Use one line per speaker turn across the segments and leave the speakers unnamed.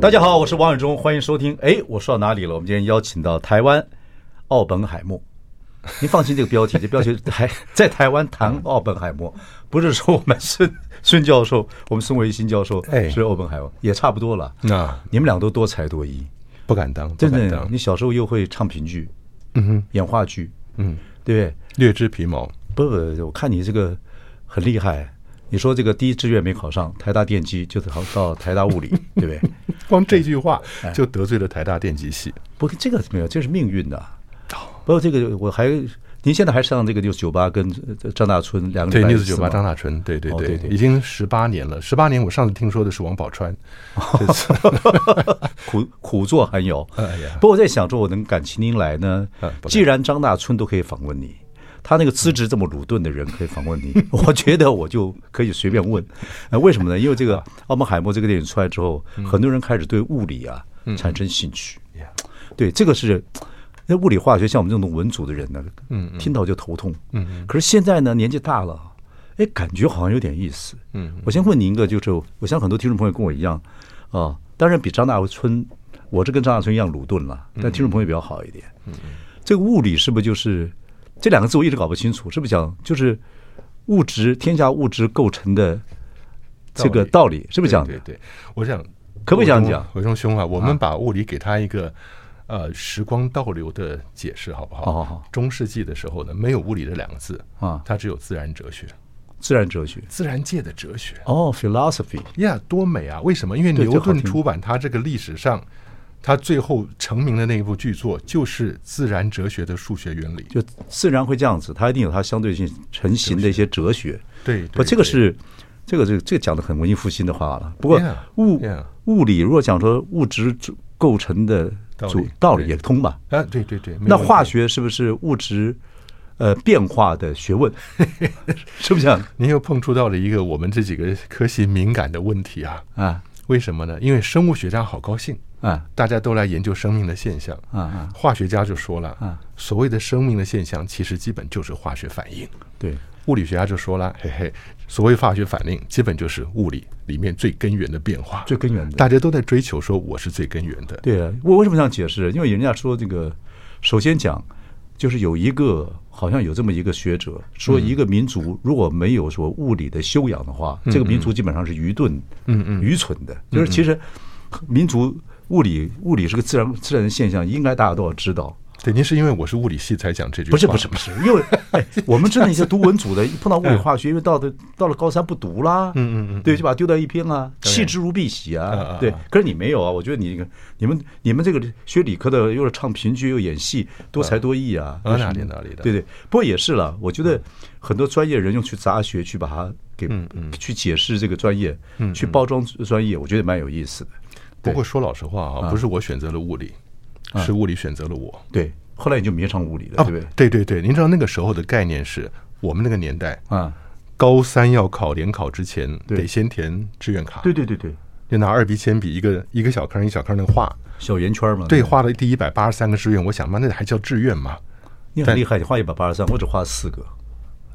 大家好，我是王伟忠，欢迎收听。哎，我说到哪里了？我们今天邀请到台湾奥本海默。您放心，这个标题， 这标题台在台湾谈奥本海默，不是说我们孙孙教授，我们孙维新教授
哎
是奥本海默，也差不多了。
啊
你们俩都多才多艺，
不敢当，不
真
敢
的。
当，
你小时候又会唱评剧，
嗯哼，
演话剧，
嗯，
对
略知皮毛，
不对？不不，我看你这个很厉害。你说这个第一志愿没考上，台大电机就到到台大物理，对不对？
光这句话就得罪了台大电机系。
不，这个没有，这是命运的。
哦
不过这个我还，您现在还上这个 news 酒吧跟呃张大春两个
对
礼拜
，news
一次
酒吧
吗
张大春，对对
哦对对
已经十八年了。十八年，我上次听说的是王宝钏，这次
苦 苦做寒窑。
哎呀
不过我在想说，我能敢请您来呢
嗯？不敢
既然张大春都可以访问你，他那个资质这么鲁钝的人可以访问你， 我觉得我就可以随便 问。呃，为什么呢？因为这
啊
个《奥本海默》这个电影出来之后，
嗯
很多人开始对物理啊产生兴趣。对，这个是那物理化学，像我们这种文组的人呢，嗯，听到就头痛。嗯，可是现在呢，年纪大了，哎，感觉好像有点意思。嗯，我先问您一个，就是我想很多听众朋友跟我一样啊，当然比张大春，我是跟张大春一样鲁钝了，但听众朋友比较好一点。嗯，这个物理是不是就是这两个字我一直搞不清楚，是不是讲就是物质天下物质构成的这个道理， 是不是讲的
对？对对，我想，
可不可以这样
伟忠
讲？
伟忠兄啊，我们把物理给他一个。呃，时光倒流的解释好不好？
好好好
中世纪的时候呢，没有物理这两个字
啊
它只有自然哲学，
自然哲学
自然界的哲学。
哦，philosophy
呀多美啊！为什么？因为
对
牛
这好
顿
听
出版他这个历史上，他最后成名的那一部巨作就是《自然哲学的数学原理》。
就自然会这样子，它一定有它相对性成型的一些哲学。
对对
不，哦这个
对
是这个这个这个讲的很文艺复兴的话了。不过
Yeah，
物
yeah
物理如果讲说物质组构成的
道理
主道理
对
也通吧？
啊，对对对，没
那
有问
化
题，
学是不是物质呃变化的学 问？是不是这样
您又碰触到了一个我们这几个科系敏感的问题啊。
啊
为什么呢？因为生物学家好高兴，
啊
大家都来研究生命的现象。
啊啊！
化学家就说了，
啊
所谓的生命的现象，其实基本就是化学反应。
对，
物理学家就说了，嘿嘿，所谓化学反应，基本就是物理里面最根源的变化。
最根源的。
大家都在追求说我是最根源的。
对啊，我为什么这样解释？因为人家说这个，首先讲就是有一个好像有这么一个学者说，一个民族如果没有说物理的修养的话，这个民族基本上是愚钝、嗯嗯、愚蠢的。就是其实民族物理物理是个自然自然的现象，应该大家都要知道。
对，您是因为我是物理系才讲这句话，
不是不是不是，因 为哎，我们真的一些读文组的，碰到物理化学，因为到的到了高三不读啦，嗯嗯嗯，对，就把它丢到一边啊，弃之如敝屣啊，对。可是你没有啊，我觉得你你们你们这个学理科的，又是唱评剧又演戏，多才多艺啊，
啊
就是
哪里哪里的
对对。不过也是了，我觉得很多专业人用去杂学去把它给去解释这个专业，去包装专业，我觉得蛮有意思的。
不过说老实话啊，不是我选择了物理，是物理选择了我。
对，后来你就迷上物理了，
啊
啊对不对？
对对对，您知道那个时候的概念是我们那个年代，
啊，
高三要考联考之前
对
得先填志愿卡，
对，对对对，
就拿二 B 铅笔一个一个小坑一小坑的画，
小圆圈嘛，
对，画了第一百八十三个志愿，我想嘛，那还叫志愿吗？
你很
但
厉害，你画一百八十三，我只画四个，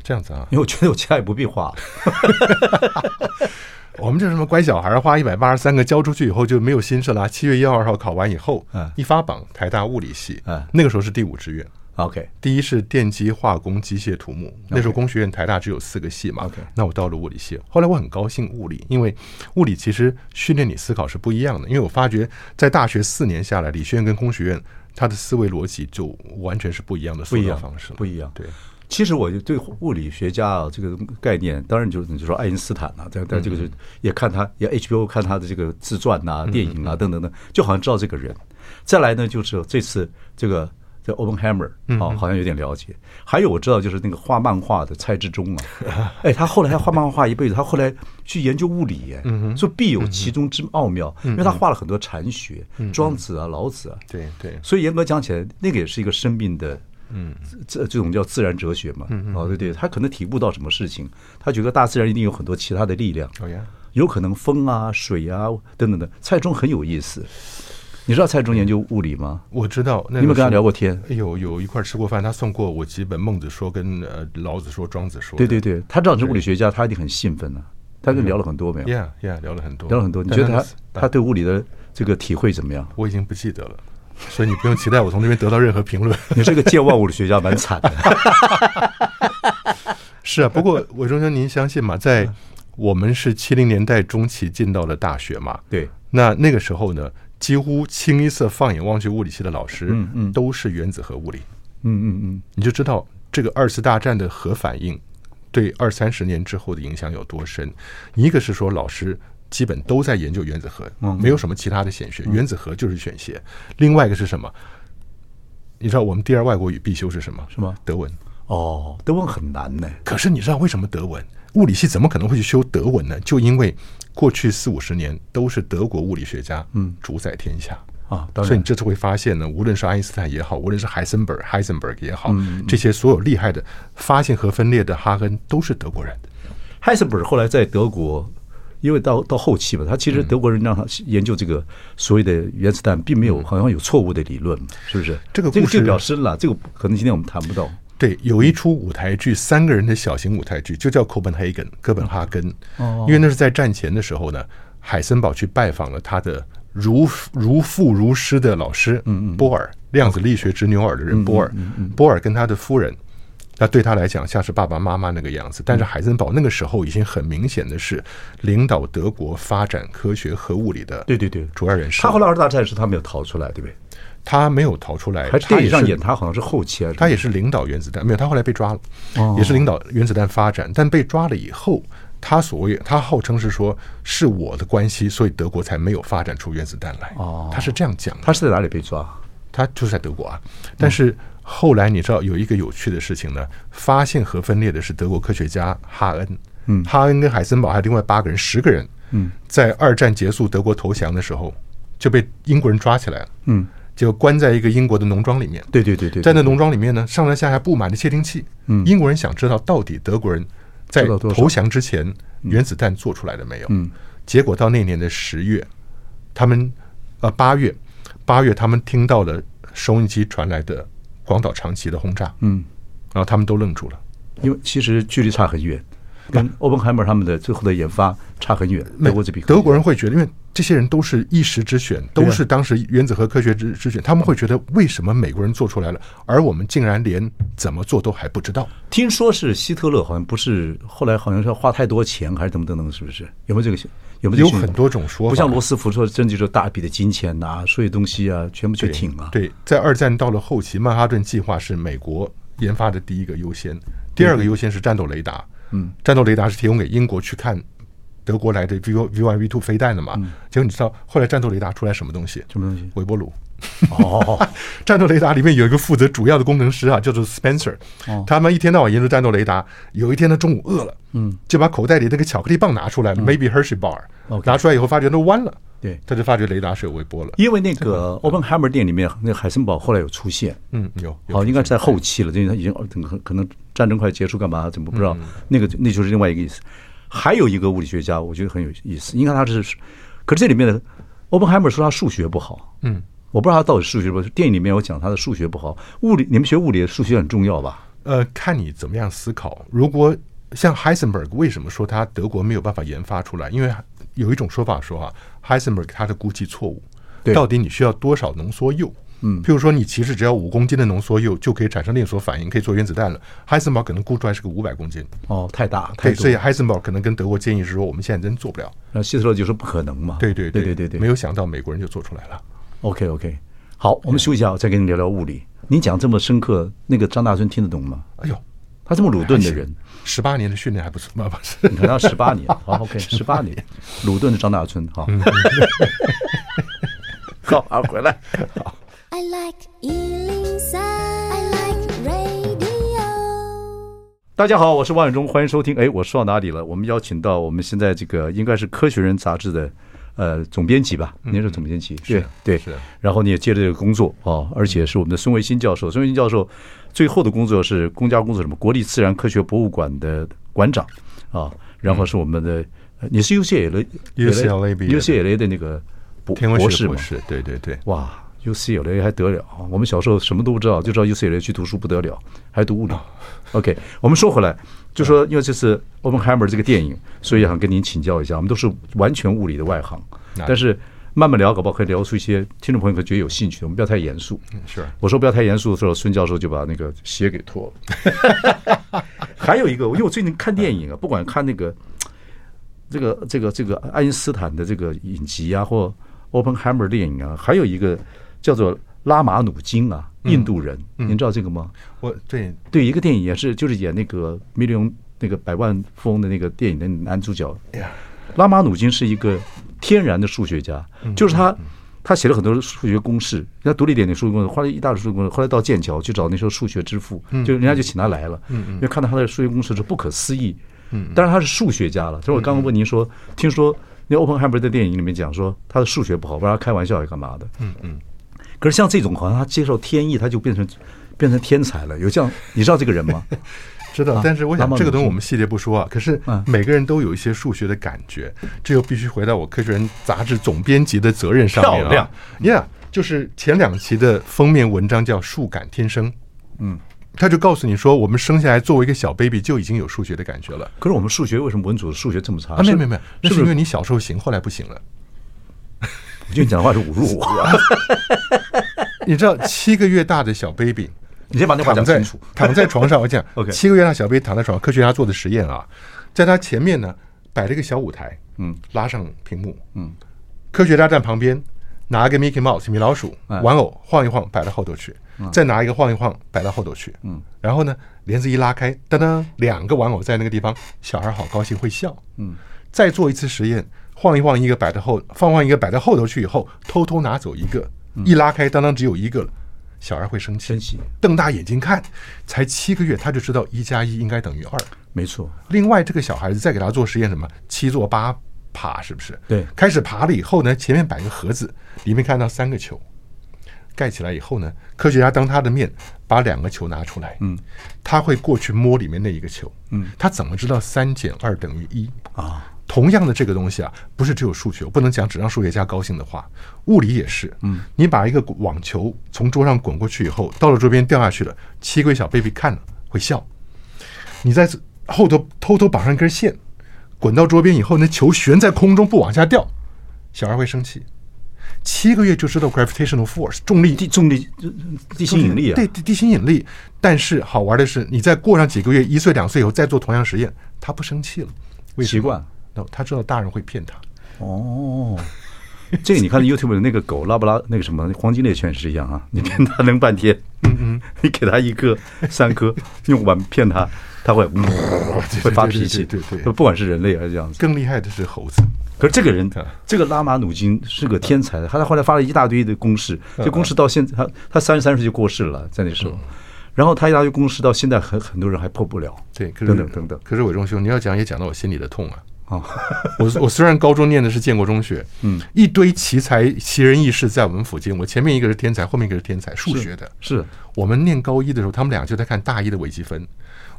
这样子啊，
因为我觉得我其他也不必画了。
我们这什么乖小孩儿，花一百八十三个交出去以后就没有心事啦。七月一号二号考完以后
嗯，
一发榜，台大物理系
嗯，
那个时候是第五志愿，
OK，
第一是电机、化工、机械、土木。那时候工学院、台大只有四个系嘛
OK，
那我到了物理系。后来我很高兴物理，因为物理其实训练你思考是不一样的。因为我发觉在大学四年下来，理学院跟工学院它的思维逻辑就完全是不一样的
不
思
一
考
样
方式了，
不一样。
对，
其实我就对物理学家啊这个概念，当然就是你就说爱因斯坦啊，但但这个就也看他也 HBO 看他的这个自传呐、电影啊等等等，就好像知道这个人。再来呢，就是这次这个叫 Oppenheimer，哦，好像有点了解。还有我知道就是那个画漫画的蔡志忠啊，哎，他后来他画漫画一辈子，他后来去研究物理，哎，所以必有其中之奥妙，因为他画了很多禅学，庄子啊、老子啊，
对对
所以严格讲起来，那个也是一个生命的，嗯，这这种叫自然哲学嘛，哦，对对，他可能体悟到什么事情，他觉得大自然一定有很多其他的力量，
哦呀
有可能风啊、水啊等等的。蔡中很有意思，你知道蔡中研究物理吗？
我知道。
你
你
有没有跟他聊过天？
有有一块儿吃过饭，他送过我几本《孟子说》跟呃老子说、庄子说。
对对对，他知道你是物理学家，他一定很兴奋啊。他跟你聊了很多没有？
，Yeah Yeah，聊了很多，
聊了很多。你觉得
但
他
是
他对物理的这个体会怎 么样？
我已经不记得了，所以你不用期待我从这边得到任何 评论。
你这个健忘物理学家蛮惨的。
是啊，不过韦中生，您相信吗？在
嗯
我们是七零年代中期进到了大学嘛，
对，
那那个时候呢，几乎清一色放眼望去，物理系的老师，
嗯嗯
都是原子核物理，
嗯嗯嗯，
你就知道这个二次大战的核反应对二三十年之后的影响有多深。一个是说老师。基本都在研究原子核，
嗯
没有什么其他的显学，原子核就是选学。另外一个是什么？你知道我们第二外国语必修是什么？
什么
德文。
哦，德文很难呢。
可是你知道为什么德文物理系怎么可能会去修德文呢？就因为过去四五十年都是德国物理学家
嗯
主宰天下。
啊，当
所以
然
你，这次会发现呢，无论是爱因斯坦也好，无论是海森堡、海森堡也好，
嗯
这些所有厉害的发现核分裂的哈根都是德国人。
海森堡后来在德国，因为到到后期嘛，他其实德国人让他研究这个所谓的原子弹，并没有好像有错误的理论嘛，是不是？
这个
这个
故事
就比较深了，这个可能今天我们谈不到。
对，有一出舞台剧，三个人的小型舞台剧，就叫 Copenhagen 哥本哈根。
哦
因为那是在战前的时候呢，海森堡去拜访了他的如如父如师的老师，嗯嗯，波尔，量子力学执牛耳的
嗯
人波尔，波尔跟他的夫人。那对他来讲，像是爸爸妈妈那个样子。但是海森堡那个时候已经很明显的是领导德国发展科学和物理的
对对对，
主要人士。
他后来二次大战时他没有逃出来，对不对？
他没有逃出来，
还是
他
电影
也
上
是
演他好像是后期还是什么？
他也是领导原子弹，没有，他后来被抓了，也是领导原子弹发展，但被抓了以后，他所谓他号称是说是我的关系，所以德国才没有发展出原子弹来，
哦
他是这样讲的，
他是在哪里被抓？
他就是在德国啊，但是后来你知道有一个有趣的事情呢，发现核分裂的是德国科学家哈恩，嗯，哈恩跟海森堡还有另外八个人，十个人，嗯，在二战结束德国投降的时候就被英国人抓起来了，
嗯，
就关在一个英国的农庄里面，
对对对对，
在那农庄里面呢，上上下下布满了窃听器。嗯，英国人想知道到底德国人在
知道多少
投降之前原子弹做出来了没有？嗯，结果到那年的十月，他们呃八月，八月他们听到了收音机传来的广岛、长崎的轰炸，
嗯，
然后他们都愣住了。
因为其实距离差很远，跟欧本海默他们的最后的研发差很远。德国这比
德国人会觉得，因为这些人都是一时之选，
啊
都是当时原子核科学之之选，他们会觉得为什么美国人做出来了，而我们竟然连怎么做都还不知道？
听说是希特勒，好像不是，后来好像是要花太多钱还是怎么等等，是不是？有没有这个？有没有这
有
个情况
很多种说法，
不像罗斯福说，真的就是大笔的金钱呐、所有东西啊，全部去挺啊。
对，在二战到了后期，曼哈顿计划是美国研发的第一个优先，第
嗯
二个优先是战斗雷达。嗯，战斗雷达是提供给英国去看德国来的 V V one V two 飞弹的嘛。
嗯
结果你知道后来战斗雷达出来什么东西？
什么东 西？
微波炉。
哦，
战斗雷达里面有一个负责主要的工程师啊，叫做 Spencer，、他
哦
们一天到晚研究战斗雷达。有一天他中午饿了，嗯，就把口袋里那个巧克力棒拿出来、m a y b e Hershey bar，、
嗯 OK
拿出来以后发觉都弯了，
对
他就发觉雷达是有微波了。
因为那个 Openheimer 店里面，那个海森堡后来有出现，
嗯，有有
好，应该是在后期了，因为他已经哦可能可能战争快结束，干嘛怎么不知
嗯
道？那个那就是另外一个意思。还有一个物理学家，我觉得很有意思，应该他是，可是这里面的 Oppenheimer 说他数学不好，嗯，我不知道他到底数学不好。电影里面有讲他的数学不好，物理你们学物理的数学很重要吧？
呃，看你怎么样思考。如果像 Heisenberg，为什么说他德国没有办法研发出来？因为有一种说法说啊，Heisenberg 他的估计错误
对，
到底你需要多少浓缩铀？嗯，譬如说你其实只要五公斤的浓缩铀就可以产生链锁反应，可以做原子弹了。Heisenberg 可能估出来是个五百公斤，
哦，太大太
对，
多
所以 Heisenberg 可能跟德国建议是说，我们现在真做不了。
那希特勒就说不可能嘛。
对对
对
对
对对
没有想到美国人就做出来了。
OK OK，好，我们休息一下，我再跟你聊聊物理。你讲这么深刻，那个张大春听得懂吗？
哎呦，
他这么鲁钝的人，
十八年的训练还不错， 不是
你看他十八年，好 OK，十八年，鲁钝的张大春，好。 好，好，回来。
I like Ealing Sound.
大家好，我是王永忠，欢迎收听。哎，我说到哪里了？我们邀请到我们现在这个应该是《科学人》杂志的呃总编辑吧？您是总编辑，对
嗯是
对
是。
然后你也接了这个工作啊，而且是我们的孙维新教授。孙维新教授最后的工作是公家工作什么？国立自然科学博物馆的馆长啊，然
嗯
后是我们的，呃你是 UCLA
UCLA 毕业的
UCLA 的那个博
天文
博
学
士
博
嘛？
士，对对对，
哇，UCLA 还得了啊！我们小时候什么都不知道，就知道 UCLA 去读书不得了，还读物 理。OK，我们说回来，就说因为这次《Oppenheimer》这个电影，所以想跟您请教一下，我们都是完全物理的外行，
那
但是慢慢聊，搞不好可以聊出一些听众朋友可能觉得有兴趣的，我们不要太严肃。
嗯是
我说不要太严肃的时候，孙教授就把那个鞋给脱了。还有一个，因为我最近看电影啊，不管看那个这个这个这个爱因斯坦的这个影集啊，或 Oppenheimer 电影啊，还有一个叫做拉马努金啊，印度人，您知道这个吗？
我对
对，一个电影也是，就是演那个《Million》那个百万富翁的那个电影的男主角
呀，
拉马努金是一个天然的数学家，就是他，他写了很多数学公式，他独立点的数学公式，花了一大堆数学公式，后来到剑桥去找那时候数学之父，就人家就请他来了，因为看到他的数学公式是不可思议，当然他是数学家了。所以我刚刚问您说，听说那 Oppenheimer 的电影里面讲说他的数学不好，不然他开玩笑也干嘛的？可是像这种好像他接受天意，他就变成变成天才了。有这样，你知道这个人吗？
知道
啊，
但是我
拉
想
曼
这个东西
鲁
我们系列不说啊。可是
嗯
每个人都有一些数学的感觉，这又必须回到我《科学人》杂志总编辑的责任上面
漂亮
啊。Yeah，就是前两期的封面文章叫《数感天生》，嗯，他就告诉你说，我们生下来作为一个小 baby 就已经有数学的感觉了
可是我们数学为什么文组的数学这么差？
啊！没
是
有没有没有，那
是
是
不
因
是
为？你小时候行，后来不行了。
我觉得你讲的话是侮辱我。
你 知道七个月大的小 baby
你先把那话
躺
讲
在
清楚。
躺在床上，我讲
OK
七个月大小 baby 躺在床上，科学家做的实验啊，在他前面呢摆了一个小舞台，嗯，拉上屏幕，嗯，科学家站旁边，拿个 Mickey Mouse 米老鼠玩偶晃一晃，摆到后头去，再拿一个晃一晃，摆到后头去，嗯，然后呢帘子一拉开，噔噔，两个玩偶在那个地方，小孩好高兴会笑，嗯，再做一次实验，晃一晃一个摆到后，放晃一个摆到后头去以后，偷偷拿走一个，一拉开，当当只有一个了。小孩会生气，
生气
瞪大眼睛看，才七个月他就知道一加一应该等于二。
没错，
另外，这个小孩子再给他做实验，什么七坐八爬，是不是？
对
开始爬了以后呢，前面摆个盒子，里面看到三个球，盖起来以后呢，科学家当他的面把两个球拿出来，嗯，他会过去摸里面那一个球，嗯，他怎么知道三减二等于一
啊？
同样的这个东西啊，不是只有数学，我不能讲只让数学家高兴的话，物理也是，嗯，你把一个网球从桌上滚过去以后，到了桌边掉下去了，七个小 baby 看了会笑，你在后头偷偷绑上一根线，滚到桌边以后，那球悬在空中不往下掉，小孩会生气。七个月就知道 gravitational force 重力
地重力、地心引力啊
对，地地心引力。但是好玩的是，你再过上几个月，一岁两岁以后再做同样实验，他不生气了，为什么
习惯。
no，他知道大人会骗他。
哦，这个你看 YouTube 的那个狗拉布拉那个什么黄金猎犬是一样啊，你骗它扔半天，嗯嗯，你给它一颗、三颗，用碗骗它，它会会发脾气，
对对对对对
不管是人类还是这样子。
更厉害的是猴子，
可是这个人
啊，
这个拉马努金是个天才，他后来发了一大堆的公式，这公式到现在他他三十三岁就过世了，在那时候，然后他一大堆公式到现在很很多人还破不了，
对，可是
等等等等，
可是伟忠兄，你要讲也讲到我心里的痛啊。
啊，
我我虽然高中念的是建国中学，嗯，一堆奇才奇人异士在我们附近。我前面一个是天才，后面一个是天才，数学的。
是
我们念高一的时候，他们俩就在看大一的微积分；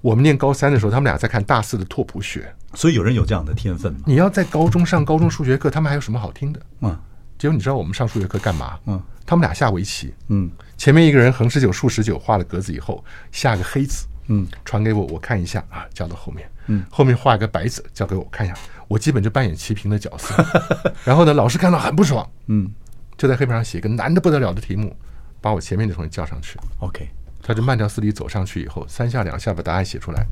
我们念高三的时候，他们俩在看大四的拓扑学。
所以有人有这样的天分嘛，
你要在高中上高中数学课，他们还有什么好听的？
嗯
结果你知道我们上数学课干嘛？
嗯，
他们俩下围棋。
嗯，
前面一个人横十九竖十九画了格子以后，下个黑子，嗯，传给我，我看一下啊，交到后面，嗯，后面画一个白子交给我看一下，我基本就扮演棋评的角色。 然后呢，老师看到很不爽，
嗯
就在黑板上写一个难的不得了的题目，把我前面的同学叫上去，
，OK，
他就慢条斯理走上去以后，三下两下把答案写出来，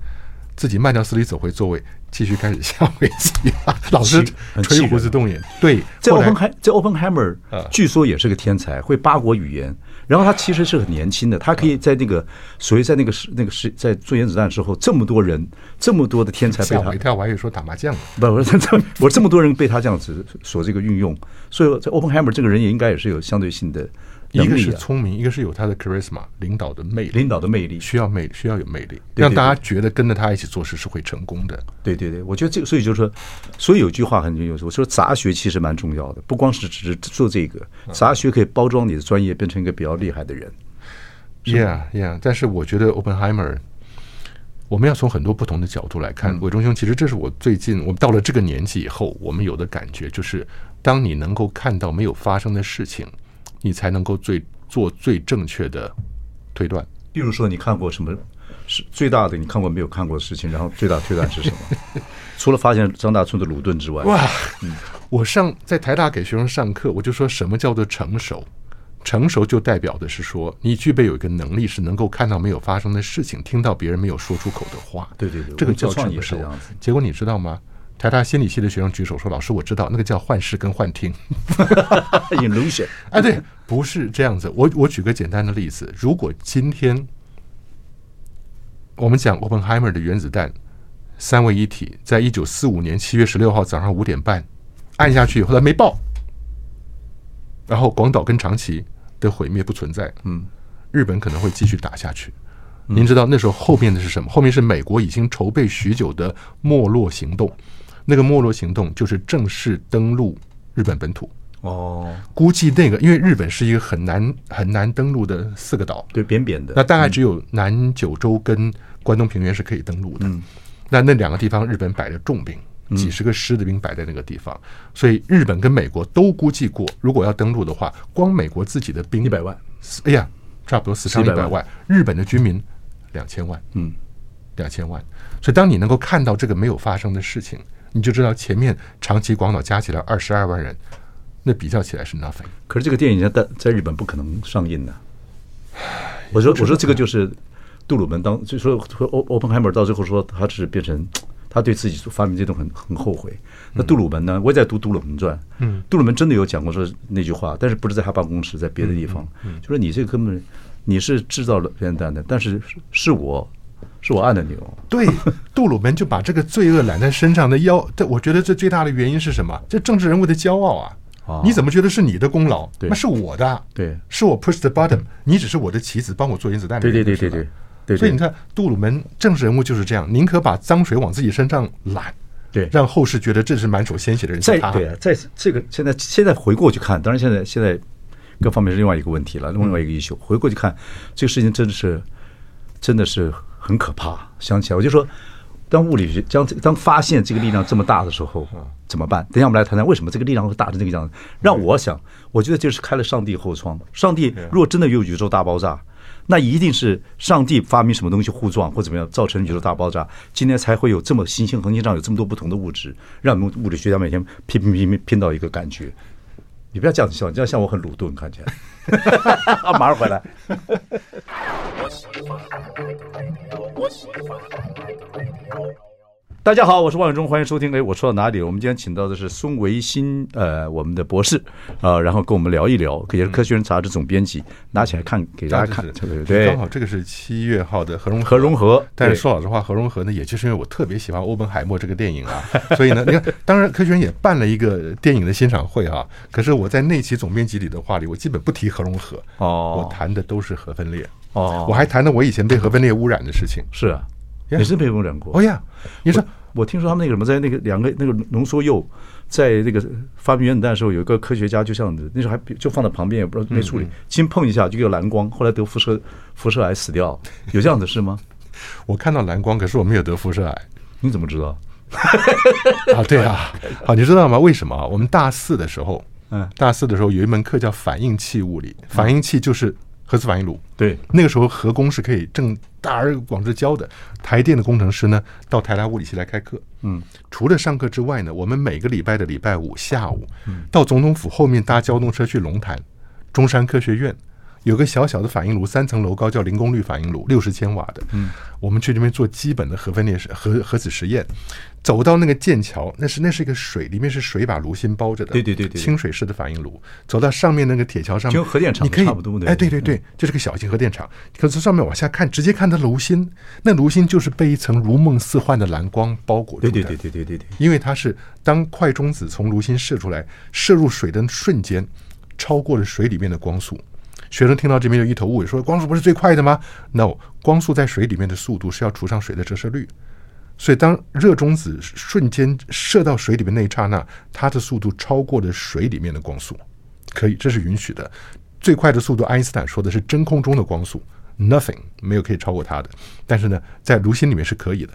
自己慢条斯理走回座位，继续开始下围棋了。老师
很气
吹
人
胡子动眼，对，
在
后来
Open 在 Openheimer 据说也是个天才，会八国语言。然后他其实是很年轻的，他可以在那个所谓在那个时那个时在做原子弹之后，这么多人，这么多的天才被
吓
他
我一跳，我还以为说打麻将呢。
不，我说这我这么多人被他这样子所这个运用，所以在 Oppenheimer 这个人也应该也是有相对性的
一个
能力
是
啊
聪明，一个是有他的 charisma，领导的魅力，
领导的魅力。
需要魅，需要有魅力，
对
让
对
大家觉得跟着他一起做事是会成功的。
对对对，我觉得这个，所以就是说，所以有句话很有意思，我说杂学其实蛮重要的，不光是只是做这个，
嗯
杂学可以包装你的专业，变成一个比较厉害的人。
Yeah, yeah。但是我觉得 Oppenheimer，我们要从很多不同的角度来看。伟
嗯
忠兄，其实这是我最近我们到了这个年纪以后，我们有的感觉就是，当你能够看到没有发生的事情，你才能够最做最正确的推断。
比如说，你看过什么是最大的？你看过没有看过的事情？然后最大推断是什么？ 除了发现张大春的鲁钝之外，
哇，我上在台大给学生上课，我就说什么叫做成熟？成熟就代表的是说，你具备有一个能力，是能够看到没有发生的事情，听到别人没有说出口的话。
对对对
这个叫
我们做创
成
业是
熟
这样子。
结果你知道吗？台大心理系的学生举手说：“老师，我知道，那个叫幻视跟幻听。
illusion，”
哎，对，不是这样子。我我举个简单的例子，如果今天我们讲 Oppenheimer 的原子弹三位一体，在一九四五年七月十六号早上五点半按下去以后，它没爆，然后广岛跟长崎的毁灭不存在，嗯，日本可能会继续打下去。您知道那时候后面的是什么？后面是美国已经筹备许久的没落行动，那个没落行动就是正式登陆日本本土。
哦，
估计那个，因为日本是一个很难很难登陆的四个岛，
对，扁扁的，
那大概只有南九州跟关东平原是可以登陆的。
嗯
那那两个地方，日本摆着重兵，几十个师的兵摆在那个地方，所以日本跟美国都估计过，如果要登陆的话，光美国自己的兵
一百，万，
哎呀，差不多死伤一
400
百
万
万，日本的军民两千万，
嗯，
两千万。所以当你能够看到这个没有发生的事情，你就知道前面长崎、广岛加起来二十二万人，那比较起来是 nothing。
可是这个电影在在在日本不可能上映的。我说我说这个就是杜鲁门当就说说 O Oppenheimer 到最后说他是变成他对自己发明这种很很后悔。那杜鲁门呢？我也在读《杜鲁门传》，嗯，杜鲁门真的有讲过说那句话，但是不是在他办公室，在别的地方，就说你这个根本你是制造了原蛋的，但是是是我是我按的钮，
对， 杜鲁门就把这个罪恶揽在身上的腰，这我觉得这最大的原因是什么？这政治人物的骄傲啊！
啊
你怎么觉得是你的功劳？
对
那是我的啊，
对嗯
是我 push the button，你只是我的棋子，帮我做原子弹的
对对
人
对
就是
对
了。
对对，
所以你看，杜鲁门政治人物就是这样，宁可把脏水往自己身上揽，
对
让后世觉得这是满手鲜血的人
在
是他。
对啊，在这个现在现在回过去看，当然现在现在各方面是另外一个问题了，另外一个 issue。回过去看，这个事情真的是真的是很可怕。想起来，我就说，当物理学当当发现这个力量这么大的时候，
嗯
怎么办？等一下我们来谈谈为什么这个力量会大成这个样子。让我想，我觉得就是开了上帝后窗。上帝
啊
如果真的有宇宙大爆炸。那一定是上帝发明什么东西互撞或怎么样，造成宇宙大爆炸，今天才会有这么行星恒星上有这么多不同的物质，让我们物理学家每天拼拼拼拼拼到一个感觉。你不要这样笑，你这样像我很鲁钝，看起来。 啊，马上回来。大家好，我是万永忠，欢迎收听。哎，我说到哪里了？我们今天请到的是孙维新，呃，我们的博士，啊、然后跟我们聊一聊，也是《科学人》杂志总编辑，拿起来看，给大家看，
这
对
是
对
刚。好这个是七月号的何荣
核融合
但是
对
说老实话，何融合呢，也就是因为我特别喜欢欧本海默这个电影啊， 所以呢，你看，当然科学院也办了一个电影的欣赏会啊。可是我在那期总编辑里的话里，我基本不提核融合，
哦
我谈的都是核分裂，
哦
我还谈了我以前被核分裂污染的事情。
是啊，
Yeah
你是被污染过。
哦呀，你说
我听说他们那个什么，在那个两个那个浓缩铀，在那个发明原子弹的时候，有一个科学家就像那时候还就放在旁边，也不知道没处理，轻碰一下就有蓝光，后来得辐射 辐射癌死掉，有这样的事吗？
我看到蓝光，可是我没有得辐射癌。
你怎么知道？
啊，对啊，好，你知道吗？为什么啊？我们大四的时候，
嗯，
大四的时候有一门课叫反应器物理，反应器就是核子反应炉。
对
那个时候核工是可以正大而广之教的。台电的工程师呢，到台大物理系来开课。嗯，除了上课之外呢，我们每个礼拜的礼拜五下午，
嗯
到总统府后面搭交通车去龙潭，中山科学院。有个小小的反应炉，三层楼高，叫零功率反应炉，六十千瓦的。嗯，我们去那边做基本的核分裂实核核子实验，走到那个剑桥，那是那是一个水，里面是水把炉心包着的，
对对对对对
清水式的反应炉。走到上面那个铁桥上面，
就和核电厂
你可以
差不多的
哎，对对对，就是个小型核电厂。可是上面往下看，直接看它炉心，那炉心就是被一层如梦似幻的蓝光包裹
对
住的。
对对对对对对，
因为它是当快中子从炉心射出来，射入水的瞬间，超过了水里面的光速，学生听到这边就一头雾水，说光速不是最快的吗？No，光速在水里面的速度是要除上水的折射率。所以，当热中子瞬间射到水里面那一刹那，它的速度超过了水里面的光速，可以，这是允许的。最快的速度，爱因斯坦说的是真空中的光速，nothing 没有可以超过它的。但是呢，在卢心里面是可以的。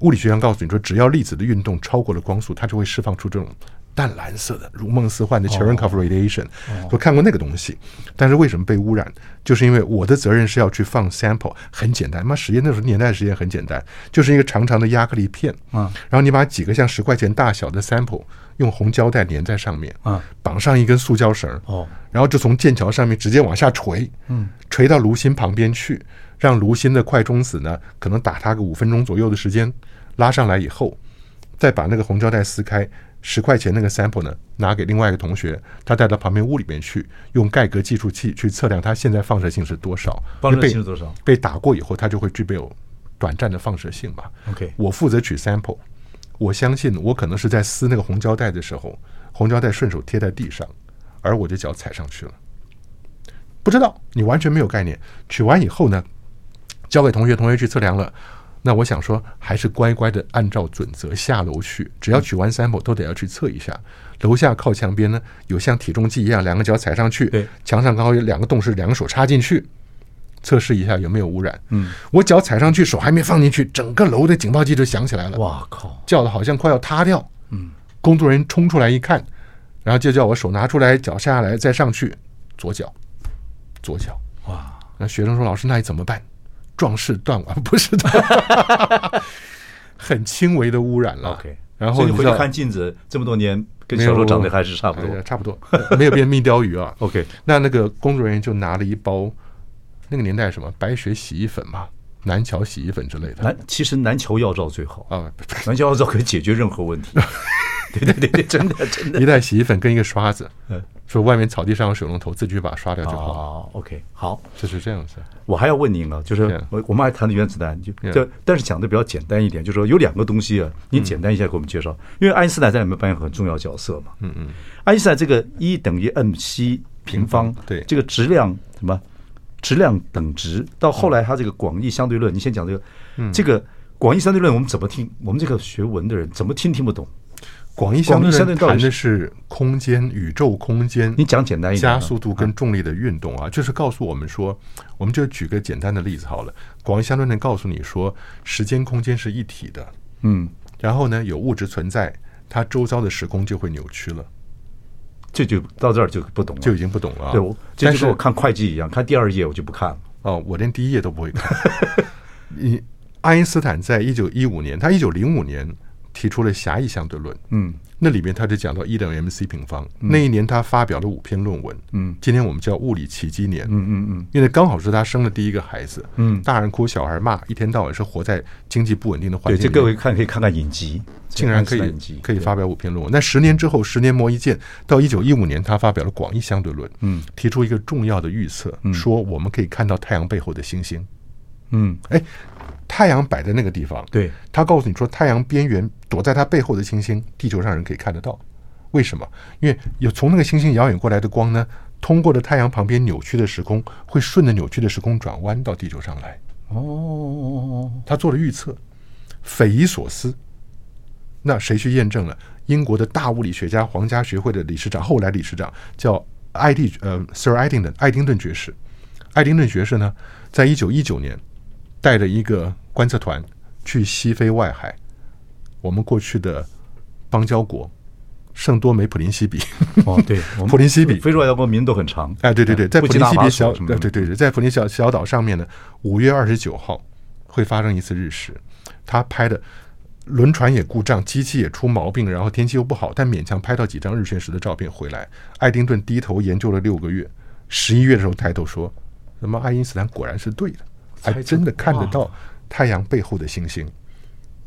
物理学上告诉你说，只要粒子的运动超过了光速，它就会释放出这种淡蓝色的如梦似幻的 Cherenkov radiation。我看过那个东西，但是为什么被污染？就是因为我的责任是要去放 sample，很简单，妈实验那时候年代实验很简单，就是一个长长的亚克力片，
啊，
然后你把几个像十块钱大小的 sample 用红胶带粘在上面，
啊，
绑上一根塑胶绳，
哦，
然后就从剑桥上面直接往下垂，嗯，垂到卢心旁边去，让卢心的快中子呢，可能打它个五分钟左右的时间，拉上来以后，再把那个红胶带撕开，十块钱那个 sample 呢，拿给另外一个同学，他带到旁边屋里面去，用盖格计数器去测量它现在放射性是多少，
放射
因为被
性是多少
被打过以后，它就会具备有短暂的放射性嘛。
OK
我负责取 sample，我相信我可能是在撕那个红胶带的时候，红胶带顺手贴在地上，而我的脚踩上去了。不知道，你完全没有概念。取完以后呢，交给同学，同学去测量了。那我想说，还是乖乖的按照准则下楼去，只要取完 sample 都得要去测一下。楼下靠墙边呢，有像体重计一样，两个脚踩上去，
对
墙上刚好有两个洞是两个手插进去，测试一下有没有污染。嗯，我脚踩上去，手还没放进去，整个楼的警报器就响起来了。
哇靠！
叫的好像快要塌掉。嗯，工作人员冲出来一看，然后就叫我手拿出来，脚下来，再上去，左脚，左脚。
哇！
那学生说：“老师，那你怎么办？壮士断腕，不是的， 很轻微的污染了。
OK，
然后
所以你
你
回
知
去
道
看镜子，这么多年跟小时候长得还是差不
哎呀
多。
差不多， 没有变蜜鲷鱼啊。
OK，
那那个工作人员就拿了一包，那个年代什么白雪洗衣粉嘛，南桥洗衣粉之类的
南其实南桥药皂最好，
啊，
南桥药皂可以解决任何问 题。对对对对，真的真的。
一袋洗衣粉跟一个刷子
嗯，
说外面草地上有水龙头，自己去把它刷掉就好了，
哦，OK，好，
就是这样子。
我还要问您啊，就是
Yeah
我我们还谈的原子弹，就
Yeah
这，但是讲的比较简单一点，就是说有两个东西
嗯
啊，你简单一下给我们介绍，因为爱因斯坦在里面扮演很重要角色嘛。嗯嗯，爱因斯坦这个 E 等于 mc 平方，
嗯对
这个质量什么质量等值，到后来他这个广义相对论，你先讲这个，
嗯
这个广义相对论我们怎么听？我们这个学文的人怎么听听不懂？
广义相
广义相对到
对论
底
谈
是
的是空间、宇宙空间，
你讲简单一点啊嗯
加速度跟重力的运动啊，就是告诉我们说，我们就举个简单的例子好了。广义相对论告诉你说，时间空间是一体的，
嗯，
然后呢，有物质存在，它周遭的时空就会扭曲了，
这就到这儿就不懂了，
就已经不懂了啊。
嗯对我这
但
就是跟我看会计一样，看第二页我就不看了。
哦，我连第一页都不会看。你爱因斯坦在一九一五年，他一九零五年提出了狭义相对论，嗯，那里面他就讲到 E 等于 mc 平方。
嗯
那一年他发表了五篇论文，嗯，今天我们叫物理奇迹年，嗯嗯嗯，因为刚好是他生了第一个孩子，嗯，大人哭小孩骂，一天到晚是活在经济不稳定的环
对，
境
这
里面，
各位看可以看看影集，
竟然可
看看
以
影集
可以
对
发表五篇论文。那十年之后，十年磨一剑，到一九一五年，他发表了广义相对论，嗯，提出一个重要的预测，说我们可以看到太阳背后的星星。
嗯，
哎，太阳摆在那个地方，
对，
他告诉你说，太阳边缘躲在它背后的星星，地球上人可以看得到。为什么？因为有从那个星星遥远过来的光呢，通过了太阳旁边扭曲的时空，会顺着扭曲的时空转弯到地球上来。
哦，
他做了预测，匪夷所思。那谁去验证了？英国的大物理学家、皇家学会的理事长，后来理事长叫艾蒂呃 Sir 艾丁顿艾丁顿爵士。艾丁顿爵士呢，在一九一九年带着一个观测团去西非外海，我们过去的邦交国圣多美普林西比。
哦，对，我们
普林西比
非洲外交国名都很长，
哎，对对对，在
布
普
吉
林
纳
西
法
比
索
小，
什么
对
的
对对，在普林小小岛上面呢，五月二十九号会发生一次日食，他拍的轮船也故障，机器也出毛病，然后天气又不好，但勉强拍到几张日全食的照片回来。爱丁顿低头研究了六个月，十一月的时候抬头说：“那么爱因斯坦果然是对的，还真的看得到太阳背后的星星。”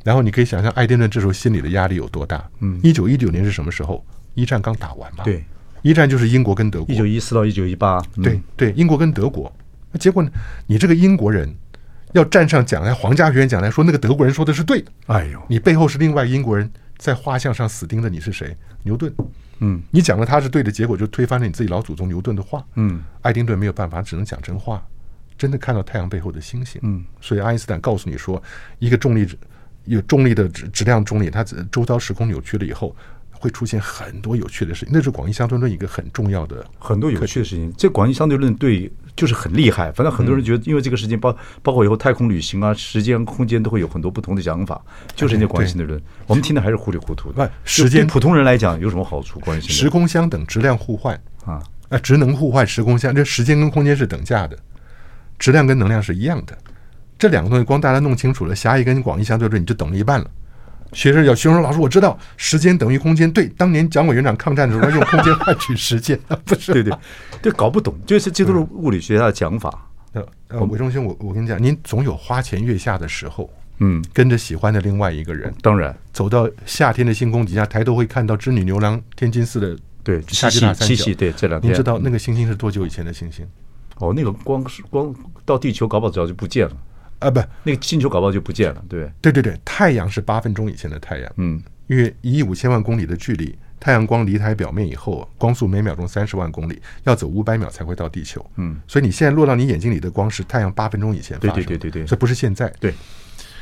然后你可以想象爱丁顿这时候心里的压力有多大。嗯，一九一九年是什么时候？一战刚打完嘛。
对，
一战就是英国跟德国。
一九一四到一九一八，嗯
对对，英国跟德国，那结果呢？你这个英国人要站上讲台，皇家学院讲台说那个德国人说的是对的，
哎呦，
你背后是另外一个英国人在画像上死盯着你是谁？牛顿，嗯，你讲了他是对的，结果就推翻了你自己老祖宗牛顿的话。
嗯，
爱丁顿没有办法，只能讲真话，真的看到太阳背后的星星。嗯，所以爱因斯坦告诉你说，一个重力有重力的质质量重力，它周遭时空扭曲了以后，会出现很多有趣的事情。那是广义相对论一个很重要的
很多有趣的事情。这广义相对论对就是很厉害，反正很多
嗯
人觉得，因为这个事情包包括以后太空旅行啊、时间、空间都会有很多不同的想法，就是那广义相对论。我们听的还是糊里糊涂的
不。哎时间
对普通人来讲有什么好处？广义相
时
对
空相等，质量互换
论啊，
啊，职能互换，时空相，这时间跟空间是等价的，质量跟能量是一样的。这两个东西光大家弄清楚了，狭义跟广义相对论你就懂了一半了。学生有学生说：“老师，我知道时间等于空间。对，当年蒋委员长抗战的时候，他用空间换取时间， 不是
对对对，搞不懂，就是这都是物理学家的讲法。
呃，呃，韦忠兄，我我跟你讲，您总有花前月下的时候，
嗯，
跟着喜欢的另外一个人，
当然，
走到夏天的星空底下，抬头会看到织女牛郎天津寺的
对
夏
七
季
夕
大三角。
七夕对这两天
您知道那个星星是多久以前的星星？
哦，那个光是光到地球搞不好早就不见了，
啊，不，
那个星球搞不好就不见了。对，
对对对，太阳是八分钟以前的太阳，
嗯，
约一亿五千万公里的距离，太阳光离开表面以后，光速每秒钟三十万公里，要走五百秒才会到地球，
嗯，
所以你现在落到你眼睛里的光是太阳八分钟以前发
对
生的，
对对对对
这不是现在，
对，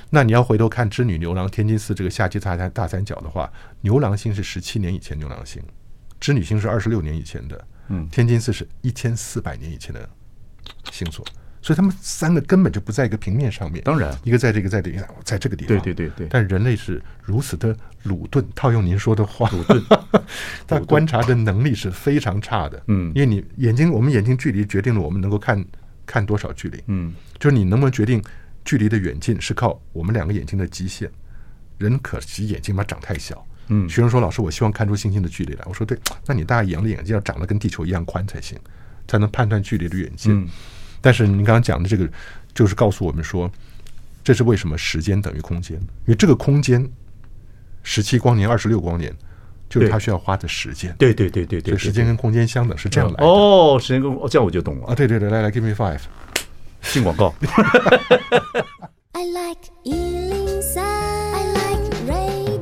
那你要回头看织女牛郎天津寺这个夏季大三大三角的话，牛郎星是十七年以前牛郎星，织女星是二十六年以前的，
嗯
天津寺是一千四百年以前的星座，所以他们三个根本就不在一个平面上面。
当然
一个在这个在这个，在这个地方。
对对对对
但人类是如此的鲁钝，套用您说的话，鲁钝， 他观察的能力是非常差的。
嗯
因为你眼睛，我们眼睛距离决定了我们能够看看多少距离。嗯，就是你能不能决定距离的远近，是靠我们两个眼睛的极限。人可惜眼睛嘛长太小。
嗯
学生说：“老师，我希望看出星星的距离来。”我说：“对，那你大眼的眼睛要长得跟地球一样宽才行，才能判断距离的远近。
嗯
但是您刚刚讲的这个，就是告诉我们说，这是为什么时间等于空间，因为这个空间十七光年、二十六光年，就是
对
它需要花的时间。
对对对对对
所以时间跟空间相等是这样来的。
哦，时间跟哦，这样我就懂了
啊，。对对对，来来，give me five。
进广告。
I like Ealing Sound. I like radio.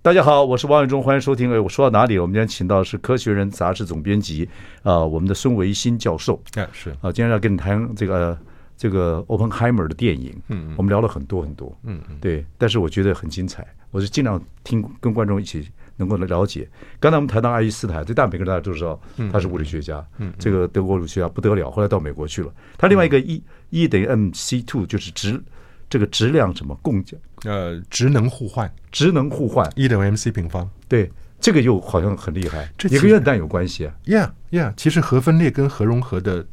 大家好，我是王伟忠，欢迎收听。哎，我说到哪里了？我们今天请到的是《科学人》杂志总编辑，啊，我们的孙维新教授。
哎，是
啊，今天要跟你谈这个呃这个 Oppenheimer 的电影，嗯，我们聊了很多很多，嗯，对，但是我觉得很精彩，我是尽量听跟观众一起能够来了解。刚才我们谈到爱因斯坦，这大每个人大家都知道他是物理学家，嗯，这个德国物理学家不得了，后来到美国去了。他另外一个 E E 等于 M C two 就是质这个质量什么共
呃，职能互换
职能互换，
，E 等于 mc 平方。
对，这个又好像很厉害，
这
也跟
其实
元旦有关系啊，
Yeah yeah，其实核分裂跟核融合的